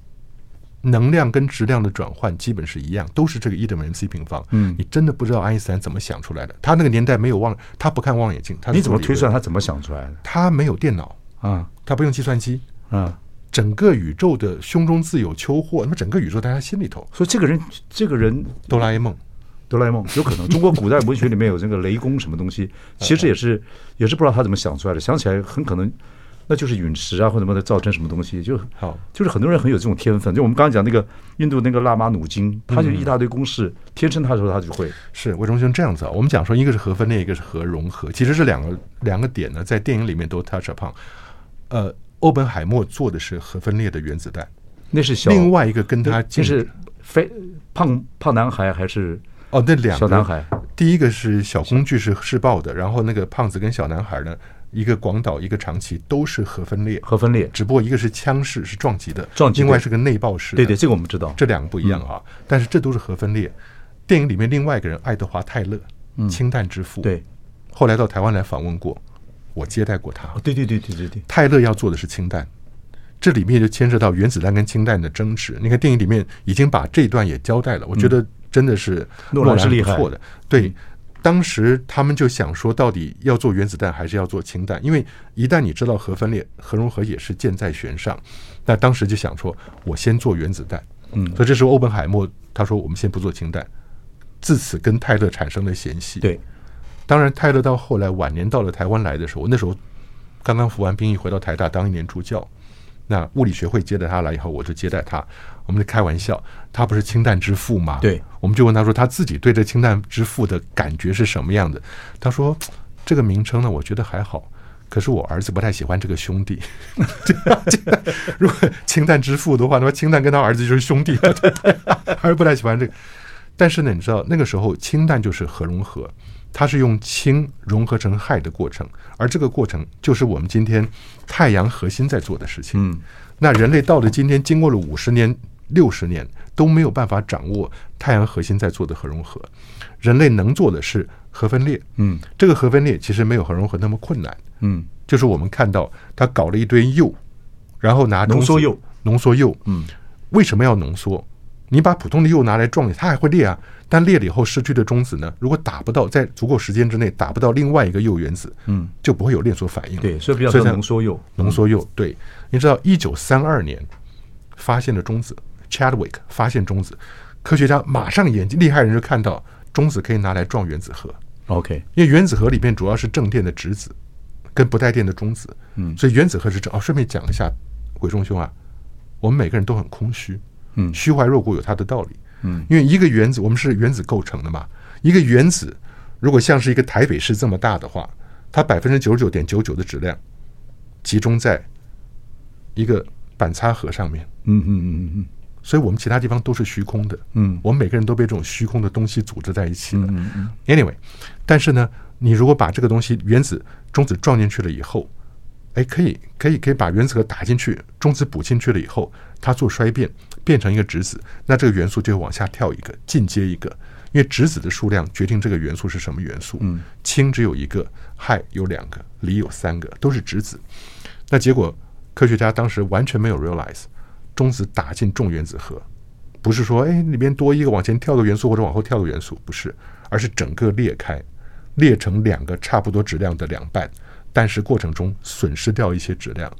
能量跟质量的转换基本是一样，都是这个 E 等于 mc 平方。
嗯
你真的不知道爱因斯坦怎么想出来的？他那个年代没有望，他不看望远镜，他是
你怎么
做理
推算
论？
他怎么想出来的
他没有电脑，
啊
他不用计算机，
啊？
整个宇宙的胸中自有秋货，那么整个宇宙在他心里头。
所以这个人，这个人
哆啦 A 梦，
哆啦 A 梦有可能，中国古代文学里面有这个雷公什么东西，其实也是也是不知道他怎么想出来的，想起来很可能那就是陨石啊或者什么的造成什么东西，就
好
就是很多人很有这种天分，就我们刚刚讲那个印度那个喇嘛努金，
嗯
他就一大堆公式，天生他说他就会，
是魏忠兄这样子啊。我们讲说，一个是核分裂，一个是核融合，其实这两个两个点呢，在电影里面都 touch upon。呃，欧本海默做的是核分裂的原子弹，
那是小，
另外一个跟他
就
竞
是非胖胖男孩还是
哦，那两
小
个
男孩，
第一个是小工具是试爆的，然后那个胖子跟小男孩呢，一个广岛，一个长崎，都是核分裂，
核分裂，
只不过一个是枪式是撞击的，
撞击
另外
对
是个内爆式的，
对对，嗯这个我们知道，
这两个不一样啊，但是这都是核分裂。电影里面另外一个人爱德华泰勒，氢弹之
嗯
父，
对，
后来到台湾来访问过，我接待过他。
哦对对对对对对，
泰勒要做的是氢弹，这里面就牵涉到原子弹跟氢弹的争执。你看电影里面已经把这一段也交代了，我觉得真的是
嗯诺兰是厉
不
害嗯
错的。对，当时他们就想说，到底要做原子弹还是要做氢弹？因为一旦你知道核分裂、核融合也是箭在弦上，那当时就想说，我先做原子弹。
嗯
所以这时候欧本海默他说，我们先不做氢弹。自此跟泰勒产生了嫌隙。
对，
当然，泰勒到后来晚年到了台湾来的时候，我那时候刚刚服完兵役回到台大当一年助教。那物理学会接待他来以后，我就接待他，我们就开玩笑，他不是氢弹之父吗？
对，
我们就问他说他自己对这氢弹之父的感觉是什么样的？他说这个名称呢，我觉得还好，可是我儿子不太喜欢这个兄弟。 如果氢弹之父的话，那么氢弹跟他儿子就是兄弟， 还是不太喜欢这个。但是呢，你知道那个时候氢弹就是核融合，它是用氢融合成氦的过程，而这个过程就是我们今天太阳核心在做的事情。
嗯，
那人类到了今天，经过了五十年、六十年，都没有办法掌握太阳核心在做的核融合。人类能做的是核分裂。
嗯，
这个核分裂其实没有核融合那么困难。
嗯，
就是我们看到他搞了一堆铀，然后拿中
浓缩
子
铀，
浓缩铀。
嗯，
为什么要浓缩？你把普通的铀拿来撞，它还会裂啊。但裂了以后，失去的中子呢，如果打不到，在足够时间之内打不到另外一个铀原子，
嗯，
就不会有链锁反应了。
对，所以比较
所以
说
它
浓缩铀，
浓缩铀。对，你知道，一九三二年发现了中子，Chadwick 发现中子，科学家马上眼睛厉害人就看到中子可以拿来撞原子核，
OK，
因为原子核里面主要是正电的质子跟不带电的中子，
嗯
所以原子核是正。哦，顺便讲一下，鬼中兄啊，我们每个人都很空虚，
嗯
虚怀若谷有它的道理，
嗯，
因为一个原子，我们是原子构成的嘛，一个原子如果像是一个台北市这么大的话，它百分之九十九点九九的质量集中在一个板擦盒上面，
嗯嗯嗯嗯
所以我们其他地方都是虚空的，
嗯
我们每个人都被这种虚空的东西组织在一起的，
嗯嗯
Anyway，但是呢，你如果把这个东西原子中子撞进去了以后，哎，可以可以可以把原子核打进去，中子补进去了以后，它做衰变变成一个质子，那这个元素就会往下跳一个，进阶一个，因为质子的数量决定这个元素是什么元素。
嗯，
氢只有一个，氦有两个，锂有三个，都是质子。那结果科学家当时完全没有 realize，中子打进重原子核，不是说哎里边多一个往前跳个元素或者往后跳个元素，不是，而是整个裂开，裂成两个差不多质量的两半，但是过程中损失掉一些质量，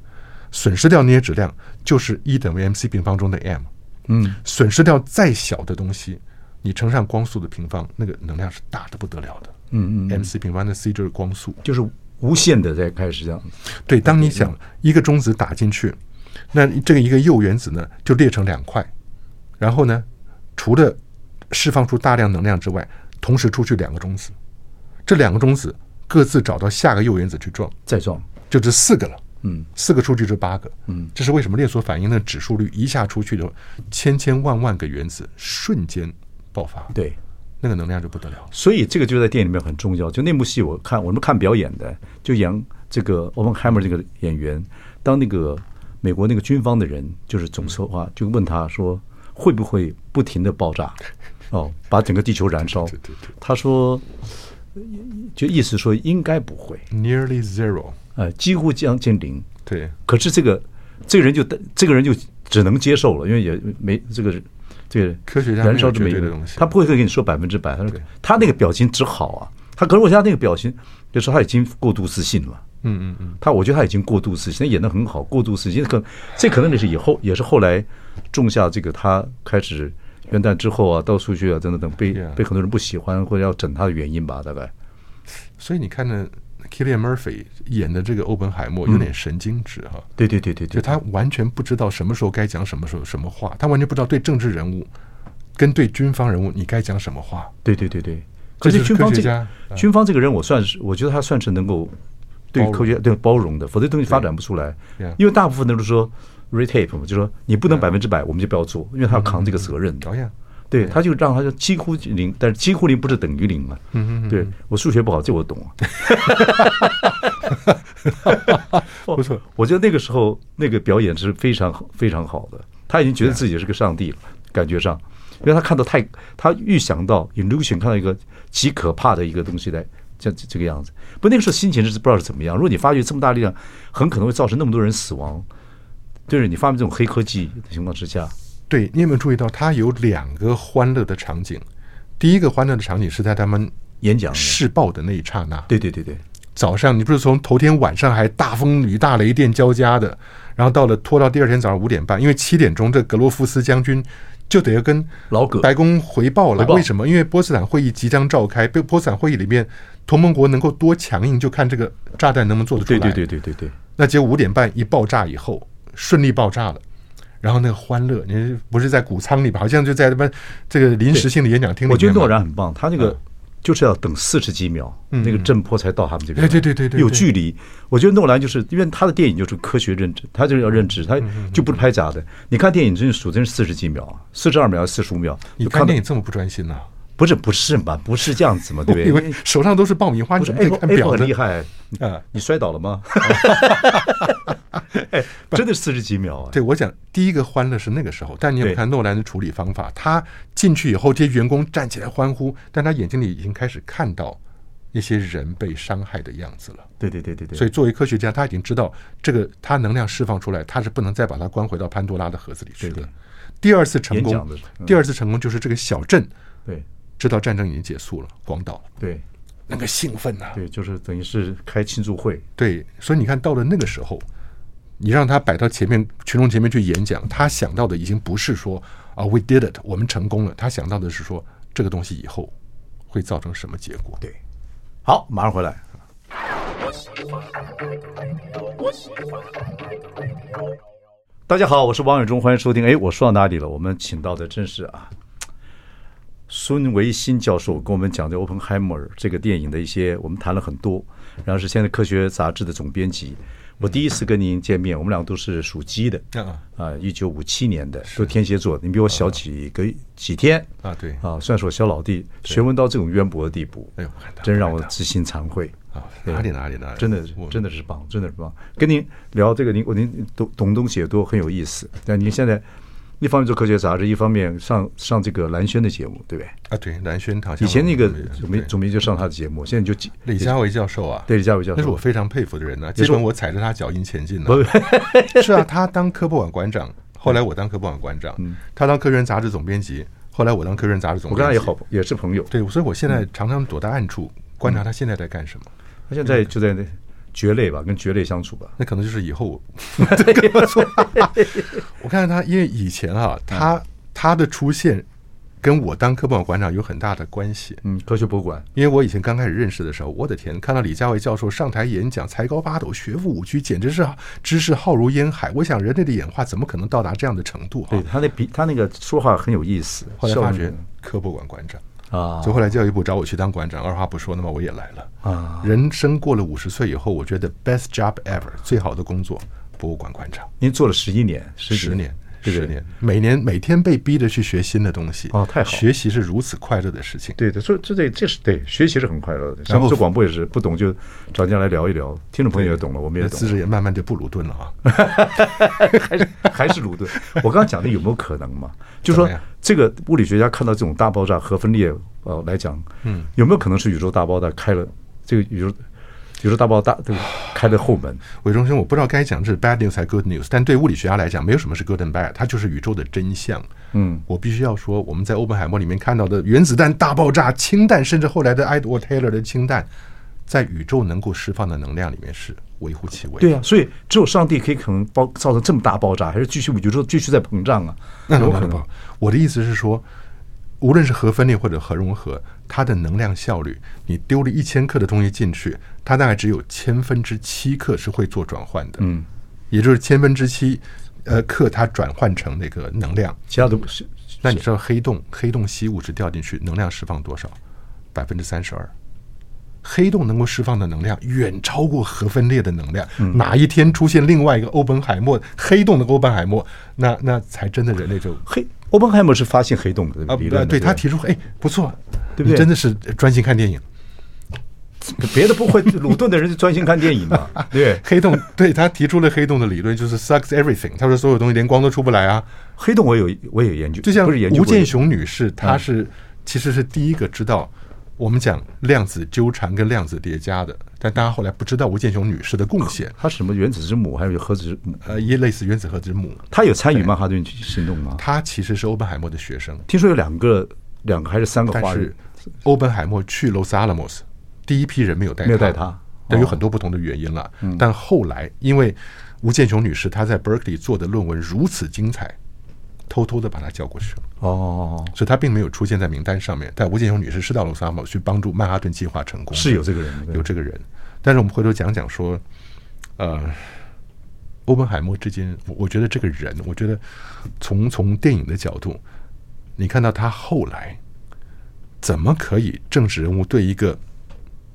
损失掉那些质量就是一等于 mc 平方中的 m，
嗯
损失掉再小的东西，你乘上光速的平方，那个能量是大的不得了的。
嗯嗯嗯，
mc 平方的 c 就是光速，
就是无限的在开始这样子，
对，当
嗯
你想一个中子打进去，那这个一个铀原子呢就裂成两块，然后呢，除了释放出大量能量之外，同时出去两个中子，这两个中子各自找到下个铀原子去撞，
再撞，
就这四个了。
嗯
四个出去就八个，
嗯，
这是为什么链锁反应的指数率一下出去的话，千千万万个原子瞬间爆发，，
对。
那个能量就不得了。
所以这个就在电影里面很重要。就那幕戏，我看我们看表演的，就演这个 o p e n h e i m e r 这个演员，当那个美国那个军方的人就是总策划，就问他说会不会不停的爆 炸，哦，把整个地球燃烧
对对对。
他说，就意思说应该不会，
Nearly zero，
呃，几乎将近零。
对，
可是这个这个人就这个人就只能接受了，因为也没这个这个
科学家没有
燃烧这么一
绝
个
对的东西
他不会跟你说百分之百，他说
对
他那个表情只好啊，他可是我觉得他那个表情，就说他已经过度自信了。
嗯嗯嗯，
他我觉得他已经过度自信，他演得很好，过度自信，可这可能也是以后也是后来种下这个他开始元旦之后啊，到处去啊，等等等，被
Yeah
被很多人不喜欢或者要整他的原因吧，大概。
所以你看呢，Killian Murphy 演的这个欧本海默有点神经质哈、
对对对对
就
对，
他完全不知道什么时候该讲什么时候什么话，他完全不知道对政治人物跟对军方人物你该讲什么话。
对对对对，可
这就是是
军方
科学
这个
家啊
军方这个人，我算是我觉得他算是能够对
包容
科学对包容的，否则东西发展不出来
Yeah。
因为大部分都是说 retape 嘛，就说你不能百分之百，我们就不要做，因为他要扛这
嗯
个责任的。
导演，
对，他就让他就几乎零，但是几乎零不是等于零嘛。嗯嗯。对我数学不好，这我懂 啊。
不错，
我觉得那个时候那个表演是非常非常好的，他已经觉得自己是个上帝了，感觉上，因为他看到太，他预想到 illusion 看到一个极可怕的一个东西来。这这这个样子，不，那个时候心情是不知道是怎么样。如果你发觉这么大力量，很可能会造成那么多人死亡，就是你发明这种黑科技的情况之下，
对你有没有注意到他有两个欢乐的场景？第一个欢乐的场景是在他们
演讲的，
试爆的那一刹那，
对对对对，
早上你不是从头天晚上还大风雨大雷电交加的，然后到了拖到第二天早上五点半，因为七点钟这格罗夫斯将军就得要跟
老葛
白宫回报了。
回报
为什么？因为波茨坦会议即将召开，波波茨坦会议里面，同盟国能够多强硬，就看这个炸弹能不能做得出
对
来。
对对对对对，
那结果五点半一爆炸以后，顺利爆炸了。然后那个欢乐，你不是在谷仓里吧？好像就在他们这个临时性的演讲厅里面嘛。嗯
我觉得诺然很棒，他那个就是要等四十几秒，那个震波才到他们这边
哎
来。
嗯对对对对
有
对
距离。我觉得诺兰就是因为他的电影就是科学认知，他就是要认知，他
嗯
就不拍假的。你看电影真是数，真是四十几秒，四十二秒、四十五秒。
你
就
看
到
电影这么不专心呐？
不是不是嘛？不是这样子嘛？对不对？
因
因
为
为
手上都是爆米花，
不
你
是
怎么可以
Apple
看
Apple
表
很
呢
厉？害
嗯
你摔倒了 吗？哎，真的四十几秒啊！
对，我讲第一个欢乐是那个时候，但你有没有
对
看诺兰的处理方法，他进去以后，这些员工站起来欢呼，但他眼睛里已经开始看到那些人被伤害的样子了。
对对对对对。
所以，作为科学家，他已经知道这个他能量释放出来，他是不能再把它关回到潘多拉的盒子里去的。第二次成
演讲
功
的时候，嗯
第二次成功就是这个小镇
对
知道战争已经结束了，广岛
对
那个兴奋啊呐、
对，就是等于是开庆祝会。
对，所以你看到了那个时候，你让他摆到前面群众前面去演讲，他想到的已经不是说啊，we did it，我们成功了，他想到的是说这个东西以后会造成什么结果。
对，好，马上回来。大家好，我是王伟忠，欢迎收听。哎，我说到哪里了？我们请到的真是啊，孙维新教授跟我们讲的《欧本海默尔》这个电影的一些，我们谈了很多。然后是现在科学杂志的总编辑，我第一次跟您见面，我们俩都是属鸡的
嗯嗯，
啊，一九五七年的，都天蝎座，你比我小几个几天
啊对
啊，算是我小老弟，学问到这种渊博的地步，
哎呦我看到
真让我
我看到
知心惭愧。
啊，哪里哪里哪里，
真的
我
真的是棒，真的是棒。跟您聊这个，您我您懂懂东西也多，很有意思。但您现在一方面做科学杂志，一方面上上这个蓝轩的节目，对不对？
啊，对，蓝轩好像
以前那个
我
总
们
编总编就上他的节目，现在就
李佳维教授啊，
对李佳维教授
那是我非常佩服的人呢、基
是
本我踩着他脚印前进呢、
不
是啊，他当科博馆馆长，后来我当科博馆馆长，他当科学杂志总编辑，后来我当科学杂志
嗯
总
我
编
跟他
辑。
也好，也是朋友。
对，所以我现在常常躲在暗处观察他现在在干什么。
他现在就在那蕨类吧，跟蕨类相处吧。
那可能就是以后我再跟他说。我看到他，因为以前啊，他他的出现跟我当科博馆馆长有很大的关系。
嗯，科学博物馆，
因为我以前刚开始认识的时候，我的天，看到李佳维教授上台演讲，才高八斗，学富五车，简直是知识浩如烟海。我想人类的演化怎么可能到达这样的程度、啊？
对他那比他那个说话很有意思。
后来
笑
发
容
觉科博馆馆长，
啊
所以后来教育部找我去当馆长，二话不说，那么我也来了。
啊，
人生过了五十岁以后，我觉得 best job ever 最好的工作，博物馆馆长，
您做了十一年，十几
十年，
对不
十
对
年，每年每天被逼着去学新的东西。
哦太好
学习是如此快乐的事情。
对的，所以这这这是对学习是很快乐的。
然
像
后
做广播也是不懂就找人家来聊一聊，听众朋友也懂了，我们也
那
懂
资
了，
质也慢慢就不鲁钝了啊。
还是还是鲁钝。我刚刚讲的有没有可能嘛？就说
怎么样
这个物理学家看到这种大爆炸核分裂呃来讲，嗯，有没有可能是宇宙大爆炸开了这个宇宙宇宙大爆炸这个开了后门？
伟忠兄，我不知道该讲这是 bad news 还是 good news，但对物理学家来讲，没有什么是 good and bad，它就是宇宙的真相。
嗯，
我必须要说，我们在欧本海默里面看到的原子弹大爆炸、氢弹，甚至后来的埃德沃 Taylor 的氢弹，在宇宙能够释放的能量里面是微乎其 微。
对啊，所以只有上帝可以可能爆造成这么大爆炸，还是继续宇宙继续在膨胀啊？
那
有
有
可
可
能
能。我的意思是说，无论是核分裂或者核融合，它的能量效率，你丢了一千克的东西进去，它大概只有千分之七克是会做转换的。嗯，也就是千分之七呃克，它转换成那个能量。
其他的不是
那你知道黑洞黑洞吸物质掉进去能量释放多少？百分之三十二。黑洞能够释放的能量远超过核分裂的能量。哪一天出现另外一个欧本海默黑洞的欧本海默，那那才真的人类就
黑欧本海默是发现黑洞的
啊，
理
不
论的，
对
吧
他提出，哎，不错，
对不对
你真的是专心看 电影。
别的不会，鲁顿的人就专心看电影 嘛，对。
黑洞，对他提出了黑洞的理论，就是 sucks everything。他说所有东西连光都出不来啊，
黑洞我有我也有研究，
就像
不是研究嗯
吴
过
健雄女士，她是其实是第一个知道我们讲量子纠缠跟量子叠加的，但大家后来不知道吴健雄女士的贡献。
他什么原子之母，还有核子之母，
呃，也类似原子核之母，
他有参与曼哈顿行动吗？
她其实是欧本海默的学生，
听说有两个、两个还是三个
但
华
是
人，
欧本海默去 Los Alamos，第一批人没有带
没有带他哦嗯
但有很多不同的原因了。但后来因为吴健雄女士她在 Berkeley 做的论文如此精彩，偷偷的把她叫过去了，
哦，
所以她并没有出现在名单上面。但吴健雄女士是到 Los Alamos 去帮助曼哈顿计划成功的，
是有这个人，对
有这个人。但是我们回头讲讲说，呃，欧本海默之间，我我觉得这个人，我觉得从从电影的角度，你看到他后来怎么可以政治人物对一个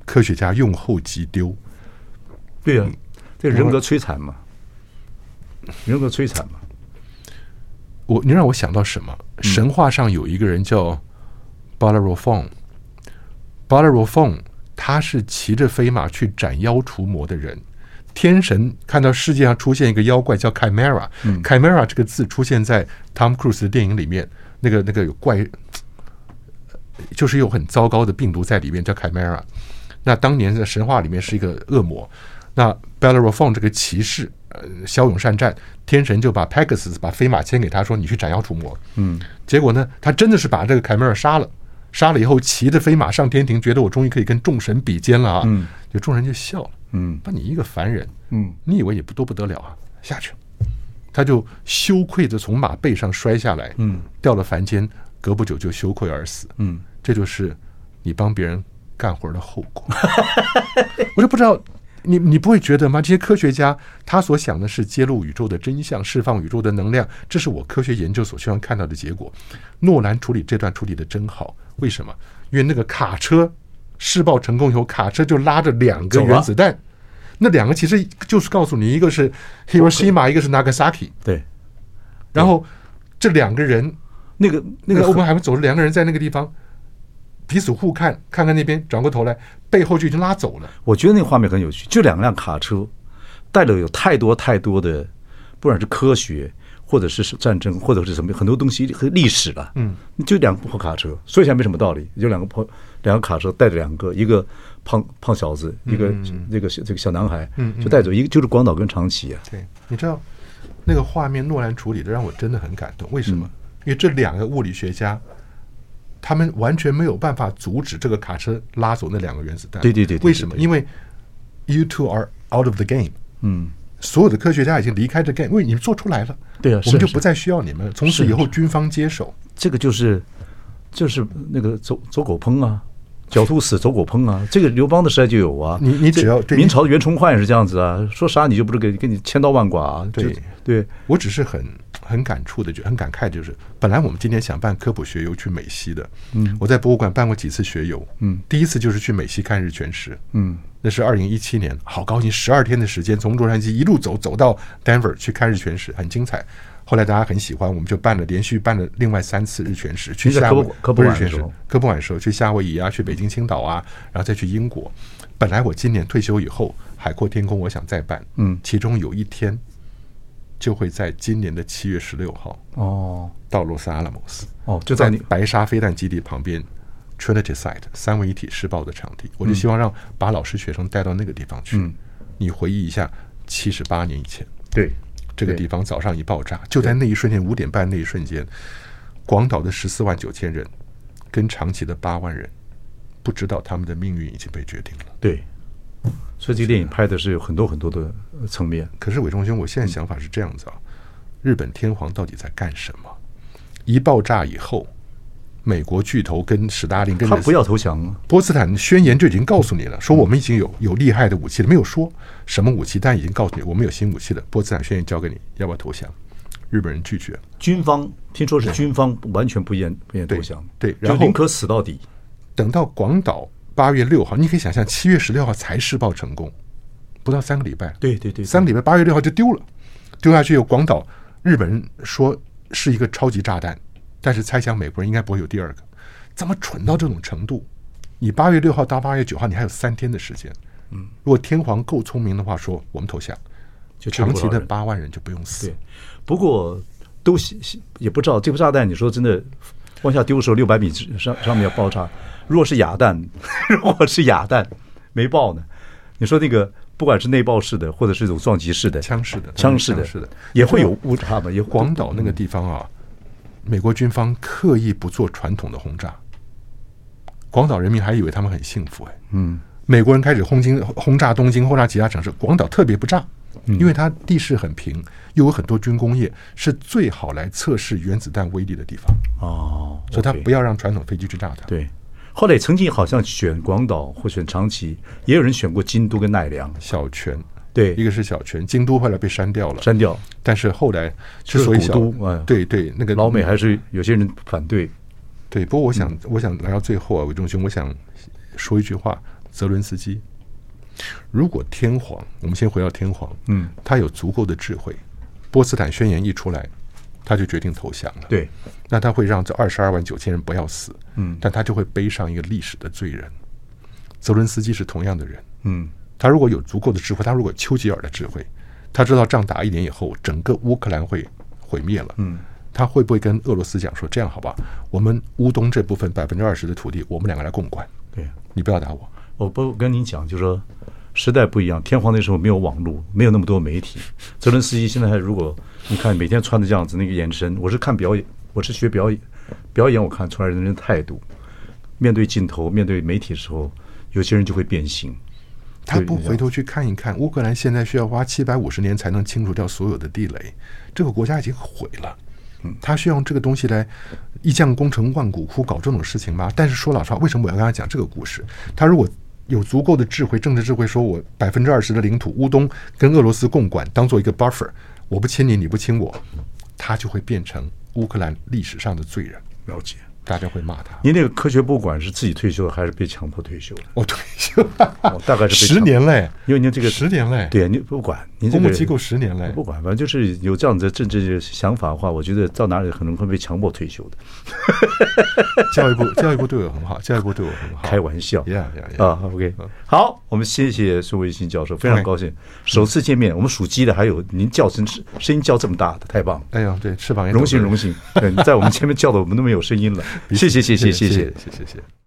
科学家用后即丢？
对呀、这人格摧残嘛，人格摧残嘛，
我你让我想到什么？神话上有一个人叫 b a l a r o p h o n b a l a r o p h o n 他是骑着飞马去斩妖除魔的人。天神看到世界上出现一个妖怪叫 Chimera，Chimera、Chimera 这个字出现在 Tom Cruise 的电影里面，那个那个有怪，就是有很糟糕的病毒在里面，叫 Chimera。那当年在神话里面是一个恶魔。那 b e l l e r o p h o n 这个骑士，呃，骁勇善战，天神就把 Pegasus 把飞马签给他说，你去斩妖除魔。嗯，结果呢，他真的是把这个凯梅尔杀了，杀了以后骑着飞马上天庭，觉得我终于可以跟众神比肩了啊。嗯，就众神就笑了。
嗯，
那你一个凡人，
嗯，
你以为也不多不得了啊？下去，他就羞愧的从马背上摔下来，嗯，掉了凡间，隔不久就羞愧而死，
嗯，
这就是你帮别人干活的后果。 我就不知道，你你不会觉得吗？这些科学家他所想的是揭露宇宙的真相，释放宇宙的能量，这是我科学研究所希望看到的结果。诺兰处理这段处理的真好，为什么？因为那个卡车试爆成功以后，卡车就拉着两个
走了
原子弹，那两个其实就是告诉你，一个是 Hiroshima，一个是 Nagasaki，
对，
然后这两个人
那个那
那
个
个欧本海默走着，两个人在那个地方彼此互看，看看那边，转过头来，背后就已经拉走了。
我觉得那个画面很有趣，就两辆卡车带了有太多太多的，不管是科学，或者是战争，或者是什么很多东西和历史了。嗯，就两部破卡车，说起来没什么道理，就两个破两个卡车带着两个，一个胖胖小子，一个那个小这个小男孩，就带走一个就是广岛跟长崎啊。
对，你知道那个画面诺兰处理的让我真的很感动，为什么？因为这两个物理学家，他们完全没有办法阻止这个卡车拉走那两个原子弹。
对对对对对
为什么？因为 you two are out of the game。
嗯，
所有的科学家已经离开这 game，因为你们做出来了，
对啊
我们
是啊
就不再需要你们了。从此
是啊
以后，军方接手。
这个就是就是那个走走狗烹啊。狡兔死，走狗烹啊！这个刘邦的时代就有啊。
你你只要
这
对
明朝的袁崇焕也是这样子啊，说杀你就不是给给你千刀万剐啊。就
对
对，
我只是很很感触的，就很感慨，就是本来我们今天想办科普学游去美西的，嗯，我在博物馆办过几次学游，嗯，第一次就是去美西看日全食，
嗯，
那是二零一七年，好高兴，十二天的时间，从洛杉矶一路走走到 Denver 去看日全食，很精彩。后来大家很喜欢，我们就办了连续办了另外三次日全食，去
你在
夏
科
威
普科普
不是
馆
日全
的时
食
候，
科普馆的时候去夏威夷啊，去北京青岛啊，然后再去英国。本来我今年退休以后，海阔天空，我想再办，
嗯
其中有一天就会在今年的七月十六号
哦
到洛斯阿拉莫斯，
哦，就在你
白沙飞弹基地旁边 Trinity Site 三位一体试爆的场
嗯
地，我就希望让把老师学生带到那个地方去，你回忆一下七十八年以前，
对
这个
对
地方早上一爆炸，就在那一瞬间，五点半那一瞬间，广岛的十四万九千人跟长崎的八万人，不知道他们的命运已经被决定了。
对，所以这个电影拍的是有很多很多的呃层面。
可是伟忠兄，我现在想法是这样子啊：日本天皇到底在干什么？一爆炸以后，美国巨头跟史大林跟
他不要投降啊，
波茨坦宣言就已经告诉你了，说我们已经有有厉害的武器了，没有说什么武器，但已经告诉你我们有新武器了。波茨坦宣言交给你，要不要投降？日本人拒绝。
军方听说是军方完全不愿不愿
对
投降，
对
就
然后
宁可死到底。
等到广岛八月六号，你可以想象七月十六号才试爆成功，不到三个礼拜。
对对对，
三个礼拜，八月六号就丢了，丢下去有广岛，日本人说是一个超级炸弹，但是猜想美国人应该不会有第二个，怎么蠢到这种程度？你八月六号到八月九号，你还有三天的时间。嗯，如果天皇够聪明的话，说我们投降，
就
长
期
期的八万人就不用死
对。，不过都喜喜也不知道这个炸弹，你说真的往下丢的时候，六百米之上上面要爆炸。如果是哑弹， 如果是哑弹没爆呢？你说那个不管是内爆式的，或者是一种撞击式的、
枪式的
枪式的、
枪式的
也会有误差嘛？也
广岛那个地方啊，美国军方刻意不做传统的轰炸，广岛人民还以为他们很幸福哎。嗯，美国人开始轰京轰炸东京，轰炸其他城市，广岛特别不炸，
嗯
因为它地势很平，又有很多军工业，是最好来测试原子弹威力的地方，
哦，
所以它
OK
不要让传统飞机去炸它。
对，后来曾经好像选广岛或选长崎，也有人选过京都跟奈良，
小泉，
对
一个是小泉，京都后来被删掉了，
删掉。
但是后来之
是
所以
古
小
都哎
对对，那个
老美还是有些人反对，
对，不过我想，我想来到最后啊，韦仲勋，我想说一句话：泽伦斯基，如果天皇，我们先回到天皇，
嗯，
他有足够的智慧，波茨坦宣言一出来，他就决定投降了。，
对，
那他会让这二十二万九千人不要死，
嗯
但他就会背上一个历史的罪人。泽伦斯基是同样的人，
嗯
他如果有足够的智慧，他如果有丘吉尔的智慧，他知道仗打一年以后，整个乌克兰会毁灭了。
嗯，
他会不会跟俄罗斯讲说，这样好吧，我们乌东这部分百分之二十的土地，我们两个来共管，
对。
你不要打我。
我不跟您讲，就说时代不一样，天皇那时候没有网络，没有那么多媒体。泽伦斯基现在如果你看每天穿的这样子，那个眼神，我是看表演，我是学表演，表演我看出来人的态度，面对镜头、面对媒体的时候，有些人就会变形。
他
对
不
你
回头去看一看，乌克兰现在需要花七百五十年才能清除掉所有的地雷，这个国家已经毁了。嗯他需要用这个东西来一将功成万骨枯，搞这种事情吗？但是说老实话，为什么我要跟他讲这个故事？他如果有足够的智慧，政治智慧，说我百分之二十的领土乌东跟俄罗斯共管，当做一个 buffer，我不亲你，你不亲我，他就会变成乌克兰历史上的罪人，
了解。
大家会骂他。
您那个科学博物馆是自己退休的，还是被强迫退休的？
我退休了，
哦大概是被
十年嘞，
因为您这个
十年嘞，
对，你不管您这
公
个
务机构十年嘞，
不管，反正就是有这样子的政治想法的话，我觉得到哪里可能会被强迫退休的。
教育部， 教育部对我很好，教育部对我很好。
开玩笑
Yeah, yeah, yeah.
啊，OK，好，我们谢谢苏维新教授，非常
嗯 OK
高兴，首次见面，我们属鸡的还有您叫声声音叫这么大的，太棒了，
哎呀，对，翅膀也抖
荣幸
了
荣幸，对，你在我们前面叫的我们都没有声音了，谢谢谢谢谢
谢
谢。
谢谢谢。